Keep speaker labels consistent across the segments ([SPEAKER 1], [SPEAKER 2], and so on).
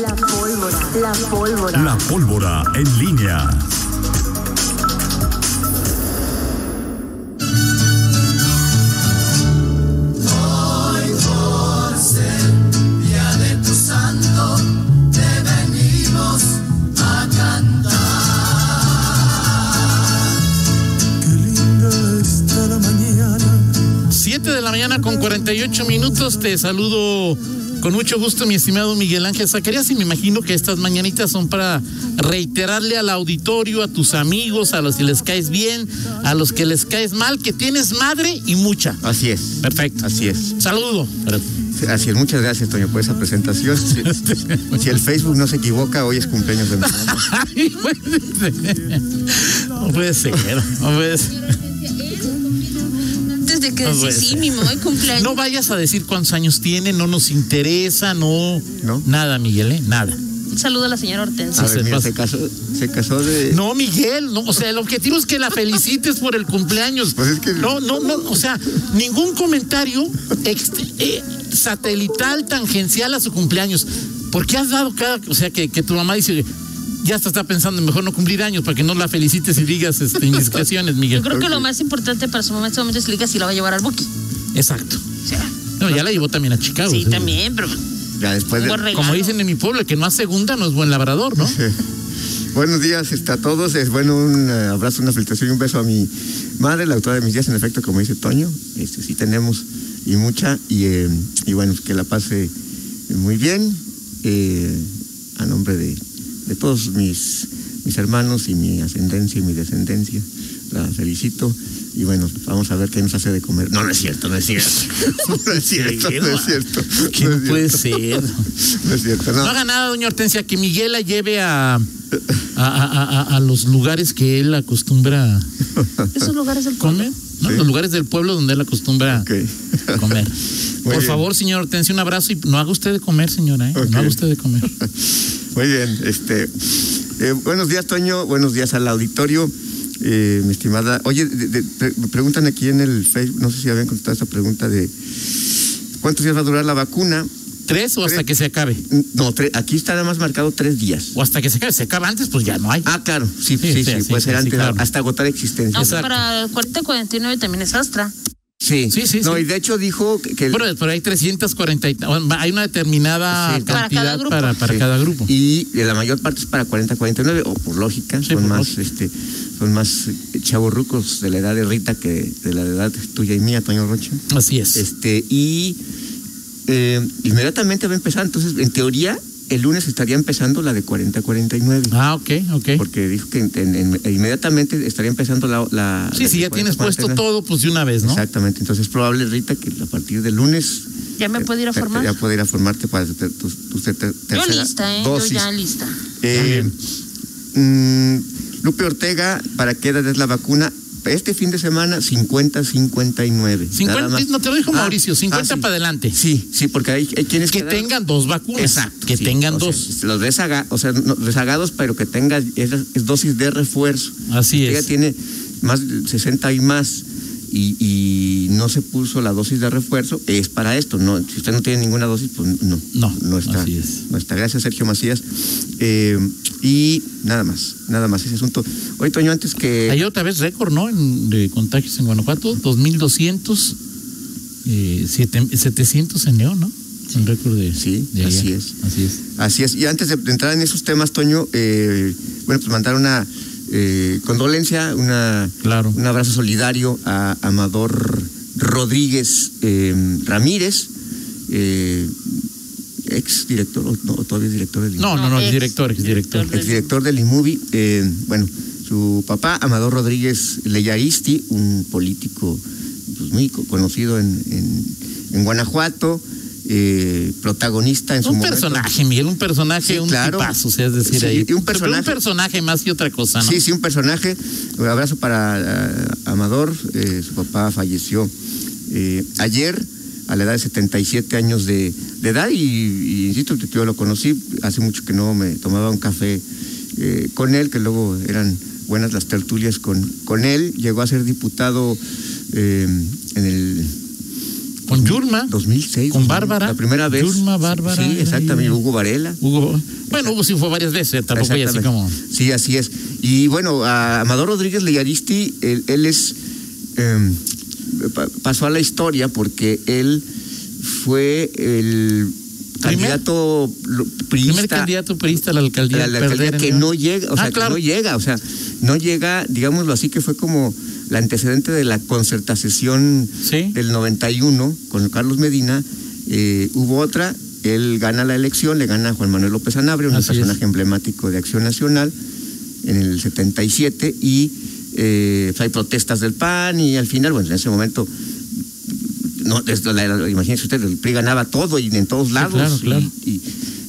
[SPEAKER 1] La pólvora. La pólvora.
[SPEAKER 2] La pólvora en línea.
[SPEAKER 3] Qué linda está la mañana.
[SPEAKER 4] 7 de la mañana con 48 minutos. Te saludo con mucho gusto, mi estimado Miguel Ángel Zacarías. Y me imagino que estas mañanitas son para reiterarle al auditorio, a tus amigos, a los que les caes bien, a los que les caes mal, que tienes madre y mucha.
[SPEAKER 5] Así es.
[SPEAKER 4] Perfecto.
[SPEAKER 5] Así es.
[SPEAKER 4] Saludo.
[SPEAKER 5] Así es. Muchas gracias, Toño, por esa presentación. Si, si el Facebook no se equivoca, hoy es cumpleaños de mi mamá.
[SPEAKER 4] Ay, No puede ser. No puede ser.
[SPEAKER 6] Antes de que
[SPEAKER 4] No
[SPEAKER 6] decís,
[SPEAKER 4] puede
[SPEAKER 6] sí,
[SPEAKER 4] ser.
[SPEAKER 6] mi mamá hoy cumpleaños.
[SPEAKER 4] No vayas a decir cuántos años tiene, no nos interesa, no.
[SPEAKER 5] No.
[SPEAKER 4] Nada, Miguel, ¿eh? Nada.
[SPEAKER 6] Un saludo a la señora Hortensia.
[SPEAKER 5] A
[SPEAKER 4] se
[SPEAKER 5] ver, mira,
[SPEAKER 4] pasa.
[SPEAKER 5] se casó, se casó de.
[SPEAKER 4] No, Miguel, no, o sea, el objetivo es que la felicites por el cumpleaños.
[SPEAKER 5] Pues es que-
[SPEAKER 4] No, no, no, o sea, ningún comentario ext- eh, satelital, tangencial a su cumpleaños. ¿Por qué has dado cada, o sea, que, que tu mamá dice, ya hasta está pensando, mejor no cumplir años para que no la felicites y digas este, indiscreciones, Miguel?
[SPEAKER 6] Yo creo que lo más importante para su mamá en este momento es que le diga si la va a llevar al Buki.
[SPEAKER 4] Exacto.
[SPEAKER 6] O sea,
[SPEAKER 4] No, ya la llevó también a Chicago.
[SPEAKER 6] sí,
[SPEAKER 4] o sea,
[SPEAKER 6] también, pero
[SPEAKER 5] Ya después de.
[SPEAKER 6] Como re-
[SPEAKER 4] Como dicen en mi pueblo, el que no hace segunda no es buen labrador, ¿no?
[SPEAKER 5] Buenos días este, a todos. Es bueno un eh, abrazo, una felicitación y un beso a mi madre, la autora de mis días, en efecto, como dice Toño. Este, sí tenemos y mucha. Y, eh, y bueno, que la pase muy bien. eh, a nombre de, de todos mis, mis hermanos y mi ascendencia y mi descendencia, la felicito. Y bueno, vamos a ver qué nos hace de comer. No, no es cierto, no es cierto. No es cierto, no es cierto.
[SPEAKER 4] Que
[SPEAKER 5] es
[SPEAKER 4] no puede
[SPEAKER 5] cierto.
[SPEAKER 4] ser.
[SPEAKER 5] No es cierto, no.
[SPEAKER 4] No haga nada, doña Hortensia, que Miguel la lleve a, a, a- a- a los lugares que él acostumbra
[SPEAKER 6] esos lugares del
[SPEAKER 4] comer. ¿no?
[SPEAKER 5] Sí.
[SPEAKER 4] Los lugares del pueblo donde él acostumbra
[SPEAKER 5] Ok.
[SPEAKER 4] comer.
[SPEAKER 5] Muy
[SPEAKER 4] Por
[SPEAKER 5] bien.
[SPEAKER 4] favor, señor Hortensia, un abrazo y no haga usted de comer, señora. ¿eh?
[SPEAKER 5] Ok.
[SPEAKER 4] No haga usted de comer.
[SPEAKER 5] Muy bien, este. eh, buenos días, Toño. Buenos días al auditorio. Eh, mi estimada. Oye, de- de- pre- me preguntan aquí en el Facebook, no sé si habían contestado esta pregunta de. ¿Cuántos días va a durar la vacuna?
[SPEAKER 4] ¿Tres o hasta
[SPEAKER 5] Tres.
[SPEAKER 4] que se acabe?
[SPEAKER 5] No, tre- aquí está nada más marcado tres días.
[SPEAKER 4] O hasta que se acabe. Se acaba antes, pues ya no hay.
[SPEAKER 5] Ah, claro, sí,
[SPEAKER 4] Sí,
[SPEAKER 5] sí, sí,
[SPEAKER 4] sí, sí,
[SPEAKER 5] puede ser
[SPEAKER 4] sí,
[SPEAKER 5] antes,
[SPEAKER 4] claro.
[SPEAKER 5] hasta agotar existencia.
[SPEAKER 6] Aunque
[SPEAKER 4] Exacto.
[SPEAKER 6] para 40-49 también es Astra.
[SPEAKER 5] Sí,
[SPEAKER 4] Sí, sí,
[SPEAKER 5] No,
[SPEAKER 4] sí.
[SPEAKER 5] y de hecho dijo que. que el-
[SPEAKER 4] Pero, pero hay 340. y- bueno, hay una determinada
[SPEAKER 5] Sí.
[SPEAKER 6] Para cada
[SPEAKER 4] cantidad
[SPEAKER 6] grupo.
[SPEAKER 4] para, para
[SPEAKER 5] Sí.
[SPEAKER 4] cada grupo.
[SPEAKER 5] Y de la mayor parte es para 40-49, o por lógica,
[SPEAKER 4] Sí,
[SPEAKER 5] son
[SPEAKER 4] por
[SPEAKER 5] más este son más eh, chavorrucos de la edad de Rita que de la edad tuya y mía, Toño Rocha.
[SPEAKER 4] Así es.
[SPEAKER 5] Este, y eh, inmediatamente va a empezar, entonces, en teoría, el lunes estaría empezando la de 40-49.
[SPEAKER 4] Ah, ok, ok.
[SPEAKER 5] Porque dijo que en- en- en- inmediatamente estaría empezando la... la
[SPEAKER 4] Sí,
[SPEAKER 5] la
[SPEAKER 4] sí,
[SPEAKER 5] de
[SPEAKER 4] ya tienes puesto
[SPEAKER 5] 40-49.
[SPEAKER 4] todo, pues de una vez, ¿no?
[SPEAKER 5] Exactamente, entonces es probable, Rita, que a partir del lunes...
[SPEAKER 6] Ya me
[SPEAKER 5] eh,
[SPEAKER 6] puedo ir a
[SPEAKER 5] te- te-
[SPEAKER 6] formar.
[SPEAKER 5] Ya puedo ir a formarte para tu, tu- tu ter-
[SPEAKER 6] Yo
[SPEAKER 5] tercera
[SPEAKER 6] lista, ¿eh?
[SPEAKER 5] dosis.
[SPEAKER 6] Yo ya lista.
[SPEAKER 5] Eh, mm, Lupe Ortega, ¿para qué edad es la vacuna? Este fin de semana, 50-59.
[SPEAKER 4] 50, no te lo dijo Mauricio, 50
[SPEAKER 5] Ah, sí.
[SPEAKER 4] para adelante.
[SPEAKER 5] Sí, sí, porque hay, hay quienes
[SPEAKER 4] Que
[SPEAKER 5] quedaron-
[SPEAKER 4] tengan dos vacunas.
[SPEAKER 5] Exacto.
[SPEAKER 4] Que
[SPEAKER 5] sí,
[SPEAKER 4] tengan
[SPEAKER 5] o sea,
[SPEAKER 4] dos.
[SPEAKER 5] los rezaga- o sea, no, rezagados, pero que tengan esas- es dosis de refuerzo.
[SPEAKER 4] Así
[SPEAKER 5] Ella
[SPEAKER 4] es.
[SPEAKER 5] tiene más de 60 y más. Y, y no se puso la dosis de refuerzo, es para esto. no Si usted no tiene ninguna dosis, pues no.
[SPEAKER 4] No,
[SPEAKER 5] no está.
[SPEAKER 4] así es.
[SPEAKER 5] No está. Gracias, Sergio Macías. Eh, y nada más, nada más ese asunto. Oye, Toño, antes que.
[SPEAKER 4] Hay otra vez récord, ¿no? En- de contagios en Guanajuato, 2.200, eh, siete- 700 en León, ¿no? Un récord de.
[SPEAKER 5] Sí,
[SPEAKER 4] de
[SPEAKER 5] así
[SPEAKER 4] allá.
[SPEAKER 5] es.
[SPEAKER 4] Así es.
[SPEAKER 5] Así es. Y antes de de entrar en esos temas, Toño, eh, bueno, pues mandar una eh, condolencia, una,
[SPEAKER 4] Claro.
[SPEAKER 5] un abrazo solidario a Amador Rodríguez eh, Ramírez, ex director, o, no, o todavía es director del
[SPEAKER 4] No, no, no,
[SPEAKER 6] ex-
[SPEAKER 4] es director, es director.
[SPEAKER 6] director.
[SPEAKER 5] ex director del IMUBI. eh, bueno, su papá, Amador Rodríguez Leyaristi, un político pues, muy co- conocido en, en- en Guanajuato, eh, protagonista en su
[SPEAKER 4] Un
[SPEAKER 5] momento.
[SPEAKER 4] personaje, Miguel, un personaje,
[SPEAKER 5] Sí,
[SPEAKER 4] un
[SPEAKER 5] claro.
[SPEAKER 4] tipazo, o sea, es decir,
[SPEAKER 5] Sí,
[SPEAKER 4] ahí.
[SPEAKER 5] y
[SPEAKER 4] Pero
[SPEAKER 5] un personaje.
[SPEAKER 4] personaje más que otra cosa, Ah, ¿no?
[SPEAKER 5] Sí, sí, un personaje. Un abrazo para ah, Amador. eh, su papá falleció eh, ayer a la edad de 77 años de, de edad y, y, insisto, yo lo conocí hace mucho que no me tomaba un café eh, con él, que luego eran buenas las tertulias con, con él. Llegó a ser diputado eh, en el
[SPEAKER 4] Con Yurma.
[SPEAKER 5] 2006.
[SPEAKER 4] Con Bárbara.
[SPEAKER 5] La primera vez.
[SPEAKER 4] Yurma, Bárbara.
[SPEAKER 5] Sí, exactamente. Hugo Varela.
[SPEAKER 4] Hugo. Bueno, Hugo sí fue varias veces, tampoco hay así como.
[SPEAKER 5] Exactamente. Sí, así es. Y bueno, a Amador Rodríguez Legaristi, él, él es. em, pa- pasó a la historia porque él fue el
[SPEAKER 4] Primer-
[SPEAKER 5] candidato lo-
[SPEAKER 4] Primer
[SPEAKER 5] priista
[SPEAKER 4] candidato perista a la alcaldía.
[SPEAKER 5] la, la alcaldía
[SPEAKER 4] perder en
[SPEAKER 5] que
[SPEAKER 4] el-
[SPEAKER 5] no llega, o
[SPEAKER 4] Ah,
[SPEAKER 5] sea, que
[SPEAKER 4] claro.
[SPEAKER 5] no llega, o sea, no llega, digámoslo así, que fue como la antecedente de la concertación
[SPEAKER 4] Sí.
[SPEAKER 5] del 91 con Carlos Medina, eh, hubo otra, él gana la elección, le gana a Juan Manuel López Anabria, un
[SPEAKER 4] Así es.
[SPEAKER 5] personaje emblemático de Acción Nacional, en el 77, y eh, pues hay protestas del PAN, y al final, bueno, en ese momento... No, es la- la- imagínense ustedes, el PRI ganaba todo y en todos lados.
[SPEAKER 4] claro,
[SPEAKER 5] y-
[SPEAKER 4] claro.
[SPEAKER 5] y,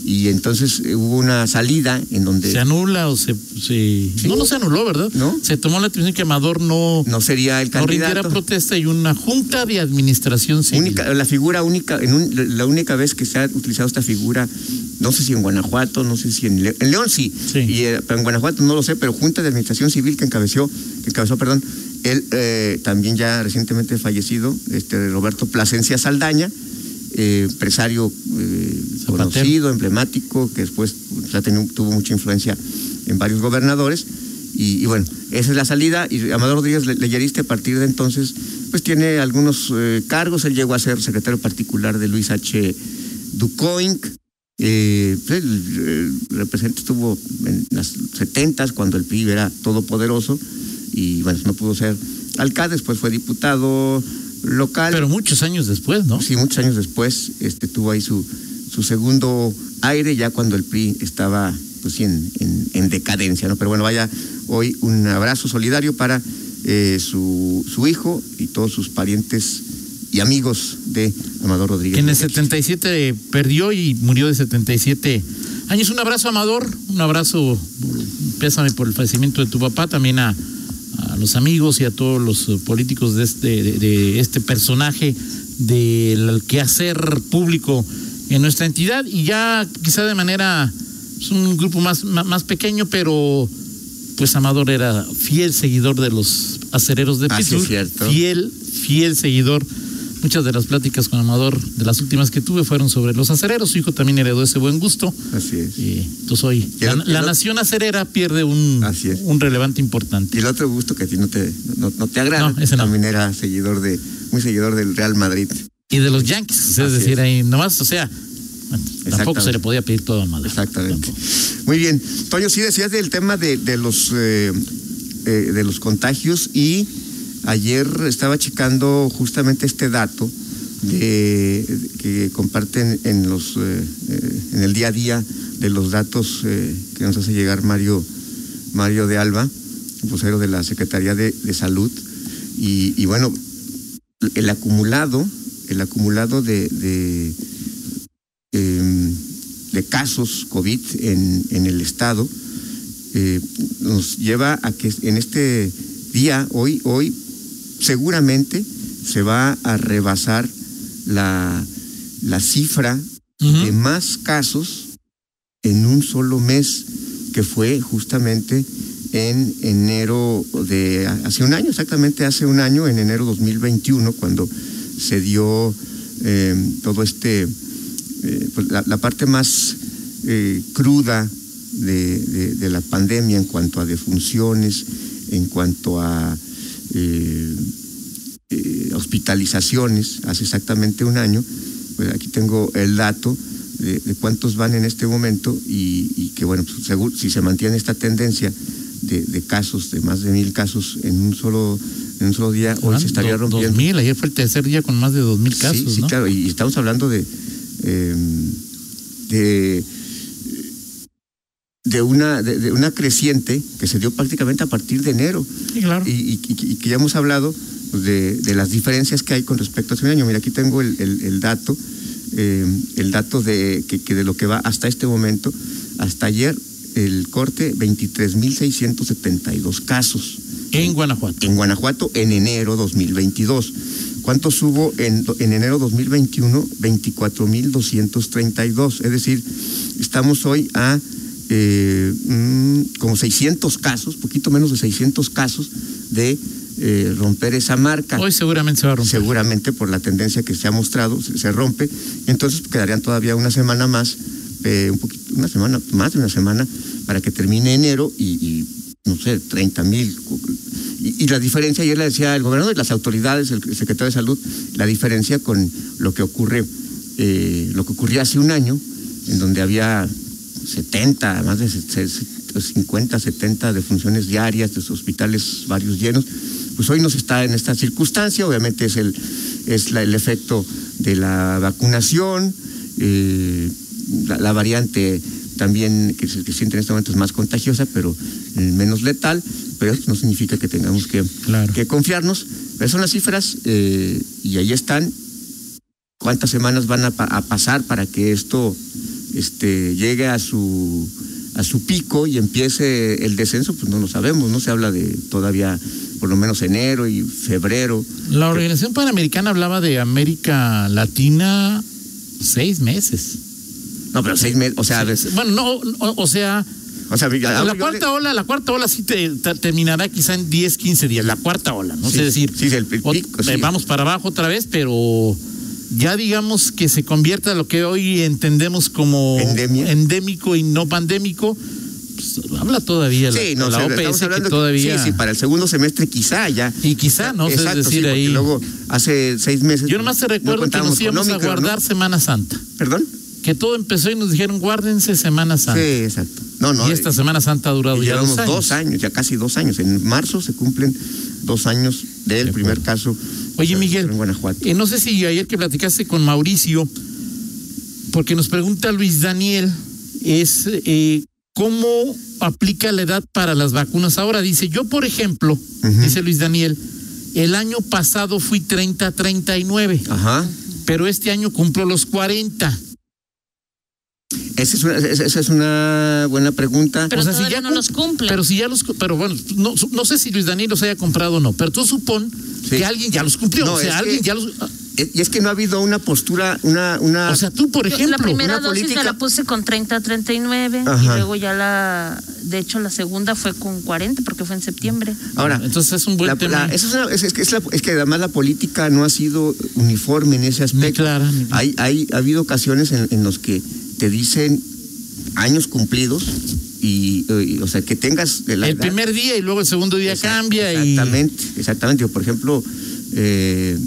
[SPEAKER 5] y entonces eh, hubo una salida en donde
[SPEAKER 4] Se anula o se. se- No, no se anuló, ¿verdad?
[SPEAKER 5] No.
[SPEAKER 4] Se tomó la decisión que Amador no,
[SPEAKER 5] no sería el
[SPEAKER 4] no rindiera
[SPEAKER 5] candidato.
[SPEAKER 4] protesta y una junta de administración civil.
[SPEAKER 5] Única- la figura única, en un- la única vez que se ha utilizado esta figura, no sé si en Guanajuato, no sé si en, Le- en León sí,
[SPEAKER 4] Sí.
[SPEAKER 5] Y, eh, pero en Guanajuato no lo sé, pero Junta de Administración Civil que encabeció, que encabezó, perdón, él eh, también ya recientemente fallecido, este Roberto Plasencia Saldaña, eh, empresario eh,
[SPEAKER 4] Zapatero.
[SPEAKER 5] conocido, emblemático, que después pues, ha tenido- tuvo mucha influencia en varios gobernadores. Y, y bueno, esa es la salida. Y Amador Rodríguez Le- Leyariste, a partir de entonces, pues tiene algunos eh, cargos. Él llegó a ser secretario particular de Luis H. Ducoink. Eh, pues, el, el representante estuvo en las 70 cuando el PRI era todopoderoso. Y bueno, no pudo ser alcalde, después fue diputado local.
[SPEAKER 4] Pero muchos años después, ¿no?
[SPEAKER 5] Sí, muchos años después este, tuvo ahí su, su segundo aire, ya cuando el PRI estaba pues, sí, en, en- en decadencia. ¿no? Pero bueno, vaya hoy un abrazo solidario para eh, su, su hijo y todos sus parientes y amigos de Amador Rodríguez.
[SPEAKER 4] Que en el 77 perdió y murió de 77 años. Un abrazo, Amador. Un abrazo, pésame por el fallecimiento de tu papá. También a, a los amigos y a todos los eh, políticos de este, de, de este personaje del quehacer público en nuestra entidad. Y ya quizá de manera, es un grupo más, ma- más pequeño, pero pues Amador era fiel seguidor de los acereros de
[SPEAKER 5] Así Ah, es
[SPEAKER 4] Pittsburgh.
[SPEAKER 5] cierto.
[SPEAKER 4] Fiel, fiel seguidor. Muchas de las pláticas con Amador, de las últimas que tuve, fueron sobre los acereros. Su hijo también heredó ese buen gusto.
[SPEAKER 5] Así es.
[SPEAKER 4] Eh, entonces hoy
[SPEAKER 5] Y el-
[SPEAKER 4] la,
[SPEAKER 5] y el
[SPEAKER 4] la
[SPEAKER 5] otro-
[SPEAKER 4] nación acerera pierde un,
[SPEAKER 5] Así es.
[SPEAKER 4] un relevante importante.
[SPEAKER 5] Y el otro gusto que a ti no te, no, no te agrada,
[SPEAKER 4] No, ese no.
[SPEAKER 5] también era seguidor de, muy seguidor del Real Madrid.
[SPEAKER 4] Y de los Yankees, es
[SPEAKER 5] Así
[SPEAKER 4] decir,
[SPEAKER 5] es.
[SPEAKER 4] ahí nomás, o sea, bueno, tampoco
[SPEAKER 5] Exactamente.
[SPEAKER 4] se le podía pedir todo a Amador.
[SPEAKER 5] Exactamente.
[SPEAKER 4] Tampoco.
[SPEAKER 5] Muy bien. Toño, sí decías del tema de, de los eh, eh, de los contagios y ayer estaba checando justamente este dato de- que comparten en los eh, eh, en el día a día de los datos eh, que nos hace llegar Mario Mario de Alba, vocero de la Secretaría de, de Salud y, y bueno el acumulado el acumulado de, de em, de casos COVID en, en el estado eh, nos lleva a que en este día, hoy, hoy, seguramente se va a rebasar la, la cifra
[SPEAKER 4] Ujú.
[SPEAKER 5] de más casos en un solo mes, que fue justamente en enero de hace un año, exactamente hace un año, en enero 2021, cuando se dio eh, todo este, eh, pues, la, la parte más eh, cruda de, de- de la pandemia en cuanto a defunciones, en cuanto a eh, eh, hospitalizaciones, hace exactamente un año. Pues aquí tengo el dato de, de cuántos van en este momento y, y que, bueno, pues, seguro, si se mantiene esta tendencia de, de casos, de más de mil casos en un solo, en un solo día, hoy
[SPEAKER 4] Ah,
[SPEAKER 5] se estaría
[SPEAKER 4] do- dos
[SPEAKER 5] rompiendo.
[SPEAKER 4] mil, ayer fue el tercer día con más de dos mil casos,
[SPEAKER 5] Sí, sí,
[SPEAKER 4] ¿no?
[SPEAKER 5] claro, y estamos hablando de. eh, de de una, de, de una creciente que se dio prácticamente a partir de enero
[SPEAKER 4] Sí, claro.
[SPEAKER 5] y, y- y- y que ya hemos hablado pues, de, de las diferencias que hay con respecto a hace un año. Mira, aquí tengo el, el- el dato, eh, el dato de, que, que de lo que va hasta este momento, hasta ayer, el corte, 23.672 casos
[SPEAKER 4] en Guanajuato.
[SPEAKER 5] en Guanajuato en enero 2022. ¿Cuántos hubo en, do- en enero 2021? 24.232. Es decir, estamos hoy a eh, mm, como 600 casos, poquito menos de 600 casos de eh, romper esa marca.
[SPEAKER 4] Hoy seguramente se va a romper.
[SPEAKER 5] Seguramente por la tendencia que se ha mostrado, se, se rompe. Y entonces pues, quedarían todavía una semana más, eh, un poquito, una semana, más de una semana, para que termine enero y, y, no sé, 30 mil. Y, y la diferencia, ayer le decía el gobernador, las autoridades, el secretario de Salud, la diferencia con lo que ocurre, eh, lo que ocurría hace un año, en donde había 70, más de 50, 70 defunciones diarias, de hospitales varios llenos. Pues hoy nos está en esta circunstancia, obviamente es el, es la, el efecto de la vacunación, eh, la, la, variante también que se, que se siente en este momento es más contagiosa, pero eh, menos letal, pero eso no significa que tengamos que,
[SPEAKER 4] claro.
[SPEAKER 5] que confiarnos. Pero son las cifras eh, y ahí están. ¿Cuántas semanas van a, a pasar para que esto este, llegue a su, a su pico y empiece el descenso, pues no lo sabemos, no se habla de todavía por lo menos enero y febrero.
[SPEAKER 4] La Organización Panamericana hablaba de América Latina seis meses.
[SPEAKER 5] No, pero seis meses, o sea... Sí,
[SPEAKER 4] bueno, no, o, o sea... O sea, la, la cuarta le... ola, la cuarta ola sí te, te, terminará quizá en 10, 15 días, la cuarta ola, no
[SPEAKER 5] sí,
[SPEAKER 4] sé decir.
[SPEAKER 5] Sí, el pico,
[SPEAKER 4] o, sí. Vamos para abajo otra vez, pero ya digamos que se convierta lo que hoy entendemos como
[SPEAKER 5] Endemia.
[SPEAKER 4] endémico y no pandémico. Pues, habla todavía la,
[SPEAKER 5] sí, no, la
[SPEAKER 4] OPS que todavía...
[SPEAKER 5] Que, sí, sí, para el segundo semestre quizá ya.
[SPEAKER 4] Y quizá, ¿no?
[SPEAKER 5] Exacto,
[SPEAKER 4] es decir,
[SPEAKER 5] sí,
[SPEAKER 4] ahí...
[SPEAKER 5] luego hace seis meses...
[SPEAKER 4] Yo nomás te recuerdo no que nos íbamos a guardar ¿no? Semana Santa.
[SPEAKER 5] ¿Perdón?
[SPEAKER 4] Que todo empezó y nos dijeron, guárdense Semana Santa.
[SPEAKER 5] Sí, exacto. No, no,
[SPEAKER 4] y esta eh, Semana Santa ha durado ya
[SPEAKER 5] llevamos
[SPEAKER 4] dos años.
[SPEAKER 5] dos años, ya casi dos años. En marzo se cumplen dos años del de primer caso
[SPEAKER 4] Oye, Miguel, eh, no sé si ayer que platicaste con Mauricio, porque nos pregunta Luis Daniel, es eh, cómo aplica la edad para las vacunas. Ahora dice, yo por ejemplo, uh -huh. dice Luis Daniel, el año pasado fui 30-39,
[SPEAKER 5] Ajá.
[SPEAKER 4] pero este año cumplo los 40.
[SPEAKER 5] Esa es, una, esa es una buena pregunta.
[SPEAKER 6] Pero o sea, todavía si ya no los cumple.
[SPEAKER 4] Pero si ya los, pero bueno, no, no sé si Luis Daniel los haya comprado o no, pero tú supón sí. que alguien ya los cumplió. No, o sea, alguien
[SPEAKER 5] que,
[SPEAKER 4] ya los.
[SPEAKER 5] Y es que no ha habido una postura, una, una.
[SPEAKER 4] O sea, tú, por ejemplo.
[SPEAKER 6] la primera
[SPEAKER 4] una
[SPEAKER 6] dosis política... me la puse con 30, 39. Ajá. Y luego ya la. De hecho, la segunda fue con 40, porque fue en septiembre.
[SPEAKER 5] Ahora.
[SPEAKER 4] Entonces es un buen
[SPEAKER 5] la,
[SPEAKER 4] tema.
[SPEAKER 5] La, eso es, una, es, es, la, es, que además la política no ha sido uniforme en ese aspecto. Ni
[SPEAKER 4] clara, ni
[SPEAKER 5] clara. Hay, hay, ha habido ocasiones en, en los que te dicen años cumplidos y, eh, y, o sea que tengas
[SPEAKER 4] el edad. primer día y luego el segundo día
[SPEAKER 5] exact,
[SPEAKER 4] cambia
[SPEAKER 5] exactamente y... exactamente yo por ejemplo eh,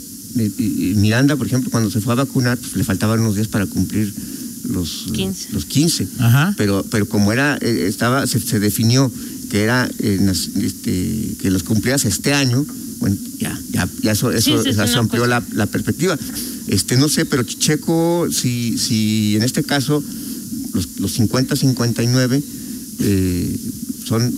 [SPEAKER 5] Miranda por ejemplo cuando se fue a vacunar pues, le faltaban unos días para cumplir los
[SPEAKER 6] 15.
[SPEAKER 5] los 15
[SPEAKER 4] Ajá.
[SPEAKER 5] pero pero como era eh, estaba se, se definió que era eh, este, que los cumplías este año bueno ya ya, ya eso eso,
[SPEAKER 6] sí, sí,
[SPEAKER 5] eso
[SPEAKER 6] sí,
[SPEAKER 5] amplió
[SPEAKER 6] no,
[SPEAKER 5] la, la perspectiva este no sé pero Checo si si en este caso los, los, 50, 59 eh, son.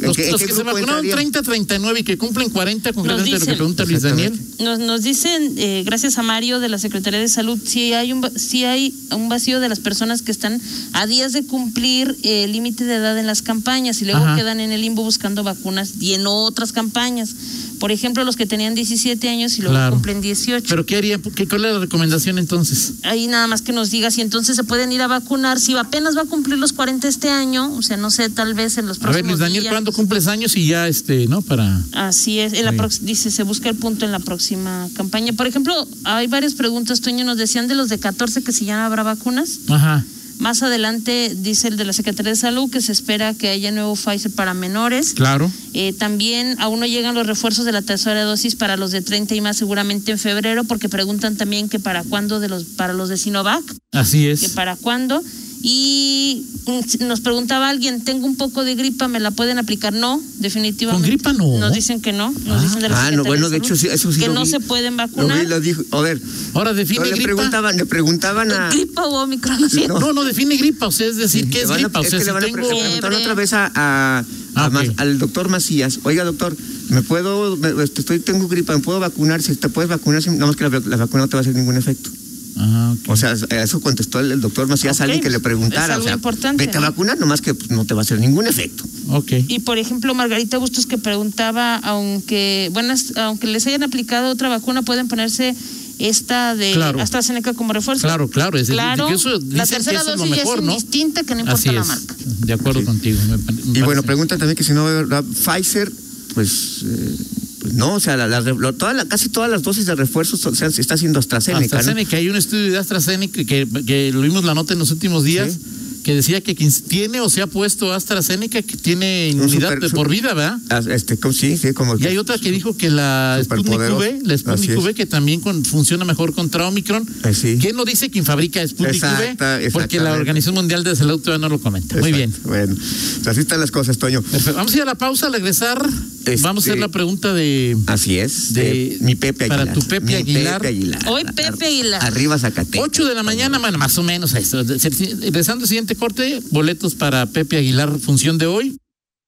[SPEAKER 4] Los, los que se vacunaron 30, 39 y que cumplen 40, concretamente
[SPEAKER 6] dicen,
[SPEAKER 4] lo que pregunta Luis Daniel.
[SPEAKER 6] Nos, nos dicen, eh, gracias a Mario de la Secretaría de Salud, si hay un, si hay un vacío de las personas que están a días de cumplir eh, el límite de edad en las campañas y luego Ajá. quedan en el limbo buscando vacunas y en otras campañas. Por ejemplo, los que tenían 17 años y luego
[SPEAKER 4] Claro.
[SPEAKER 6] cumplen 18.
[SPEAKER 4] ¿Pero qué haría? ¿Qué, ¿Cuál es la recomendación entonces?
[SPEAKER 6] Ahí nada más que nos diga si entonces se pueden ir a vacunar, si apenas va a cumplir los 40 este año, o sea, no sé, tal vez en los
[SPEAKER 4] A
[SPEAKER 6] próximos
[SPEAKER 4] ver, Luis Daniel,
[SPEAKER 6] días.
[SPEAKER 4] ¿cuándo cumples años y ya este, no? Para.
[SPEAKER 6] Así es, en la
[SPEAKER 4] Sí.
[SPEAKER 6] prox- dice, se busca el punto en la próxima campaña. Por ejemplo, hay varias preguntas, Toño, nos decían de los de 14 que si ya no habrá vacunas.
[SPEAKER 4] Ajá.
[SPEAKER 6] Más adelante dice el de la Secretaría de Salud que se espera que haya nuevo Pfizer para menores.
[SPEAKER 4] Claro.
[SPEAKER 6] Eh, también aún no llegan los refuerzos de la tercera dosis para los de 30 y más seguramente en febrero, porque preguntan también que para cuándo de los, para los de Sinovac,
[SPEAKER 4] Así
[SPEAKER 6] que
[SPEAKER 4] es.
[SPEAKER 6] para cuándo. Y mm, nos preguntaba alguien, tengo un poco de gripa, ¿me la pueden aplicar? No, definitivamente.
[SPEAKER 4] Con gripa no.
[SPEAKER 6] Nos dicen que no, nos dicen de la
[SPEAKER 5] Ah,
[SPEAKER 6] Secretaría
[SPEAKER 5] no, bueno, de
[SPEAKER 6] Salud
[SPEAKER 5] hecho, sí, eso sí.
[SPEAKER 6] Que
[SPEAKER 5] lo
[SPEAKER 6] no
[SPEAKER 5] vi.
[SPEAKER 6] se pueden
[SPEAKER 5] Lo vi,
[SPEAKER 6] vacunar.
[SPEAKER 5] lo dijo. A ver,
[SPEAKER 4] Ahora
[SPEAKER 5] no,
[SPEAKER 4] define
[SPEAKER 5] le
[SPEAKER 4] gripa.
[SPEAKER 5] preguntaban, le preguntaban a.
[SPEAKER 6] ¿Gripa o Omicron?
[SPEAKER 5] no.
[SPEAKER 4] Ah. No, no define gripa, o sea, es decir, ¿qué
[SPEAKER 5] le
[SPEAKER 4] es
[SPEAKER 5] van a-
[SPEAKER 4] gripa? O
[SPEAKER 5] es
[SPEAKER 4] sea,
[SPEAKER 5] que
[SPEAKER 4] si
[SPEAKER 5] le van a pre-
[SPEAKER 4] tengo.
[SPEAKER 5] le preguntaron otra vez a, a-
[SPEAKER 4] Ah,
[SPEAKER 5] a Ma-
[SPEAKER 4] ok.
[SPEAKER 5] al doctor Macías. Oiga, doctor, me puedo, me- este, estoy, tengo gripa, me puedo vacunar. Si te puedes vacunar, si- nada más que la, la vacuna no te va a hacer ningún efecto.
[SPEAKER 4] Ah, ok.
[SPEAKER 5] O sea, eso contestó el, el doctor Macías a
[SPEAKER 6] Ok,
[SPEAKER 5] alguien que le preguntara.
[SPEAKER 6] es algo
[SPEAKER 5] o sea,
[SPEAKER 6] importante,
[SPEAKER 5] vete a
[SPEAKER 6] ¿no?
[SPEAKER 5] vacunar, nomás que pues, no te va a hacer ningún efecto.
[SPEAKER 4] Ok.
[SPEAKER 6] Y por ejemplo, Margarita Bustos que preguntaba, aunque buenas, aunque les hayan aplicado otra vacuna, pueden ponerse esta de
[SPEAKER 4] Claro.
[SPEAKER 6] AstraZeneca como refuerzo.
[SPEAKER 4] Claro, claro, es decir,
[SPEAKER 6] claro.
[SPEAKER 4] que eso dicen
[SPEAKER 6] la
[SPEAKER 4] que
[SPEAKER 6] tercera
[SPEAKER 4] eso es lo
[SPEAKER 6] dosis ya
[SPEAKER 4] mejor,
[SPEAKER 6] es
[SPEAKER 4] ¿no?
[SPEAKER 6] indistinta, que no importa
[SPEAKER 4] Así
[SPEAKER 6] la
[SPEAKER 4] es.
[SPEAKER 6] marca.
[SPEAKER 4] De acuerdo
[SPEAKER 5] Sí.
[SPEAKER 4] contigo. me pa- me
[SPEAKER 5] Y bueno,
[SPEAKER 4] parece.
[SPEAKER 5] preguntan también que si no habrá Pfizer, pues eh, Pues no, o sea, la, la, lo- toda la- casi todas las dosis de refuerzo son- se, han- se está haciendo AstraZeneca. ¿no?
[SPEAKER 4] AstraZeneca, hay un estudio de AstraZeneca que, que lo vimos la nota en los últimos días. Que decía que quien tiene o se ha puesto AstraZeneca que tiene inmunidad
[SPEAKER 5] super-
[SPEAKER 4] de por vida, ¿verdad?
[SPEAKER 5] Ah, Este, como- sí, sí, como
[SPEAKER 4] Y hay otra que dijo que la Sputnik
[SPEAKER 5] Superpoderoso.
[SPEAKER 4] V, la Sputnik
[SPEAKER 5] Así es.
[SPEAKER 4] V, que también con- funciona mejor contra Omicron.
[SPEAKER 5] Eh, sí.
[SPEAKER 4] ¿Quién no dice quién fabrica Sputnik
[SPEAKER 5] Exacta-
[SPEAKER 4] V? Porque la
[SPEAKER 5] exactamente.
[SPEAKER 4] Organización Mundial de Salud todavía no lo comenta. Muy
[SPEAKER 5] Exacto.
[SPEAKER 4] bien.
[SPEAKER 5] Bueno, así están las cosas, Toño.
[SPEAKER 4] Perfecto. Vamos a ir a la pausa, al regresar.
[SPEAKER 5] Este-
[SPEAKER 4] Vamos a hacer la pregunta de.
[SPEAKER 5] Así es.
[SPEAKER 4] De-
[SPEAKER 5] De, mi Pepe
[SPEAKER 4] para
[SPEAKER 5] Aguilar.
[SPEAKER 4] tu Pepe
[SPEAKER 5] Mi
[SPEAKER 4] Aguilar.
[SPEAKER 5] Pepe Aguilar.
[SPEAKER 4] Ah,
[SPEAKER 6] Hoy Pepe Aguilar.
[SPEAKER 5] Arriba Zacatecas.
[SPEAKER 4] 8 de la mañana, bueno, más o menos a esto. Regresando al siguiente corte, boletos para Pepe Aguilar, función de hoy.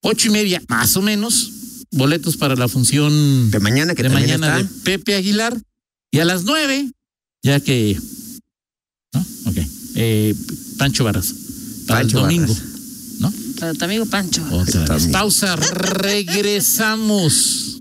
[SPEAKER 4] Ocho y media, más o menos, boletos para la función
[SPEAKER 5] De mañana que
[SPEAKER 4] de
[SPEAKER 5] también
[SPEAKER 4] mañana
[SPEAKER 5] está.
[SPEAKER 4] de Pepe Aguilar. Y a las nueve, ya que. ¿No? Ok. Eh, Pancho Barras. Para
[SPEAKER 5] Pancho
[SPEAKER 4] el domingo.
[SPEAKER 5] Barras.
[SPEAKER 4] ¿No?
[SPEAKER 6] Para tu amigo Pancho.
[SPEAKER 4] Otra
[SPEAKER 5] Está
[SPEAKER 4] vez.
[SPEAKER 5] bien.
[SPEAKER 4] Pausa, regresamos.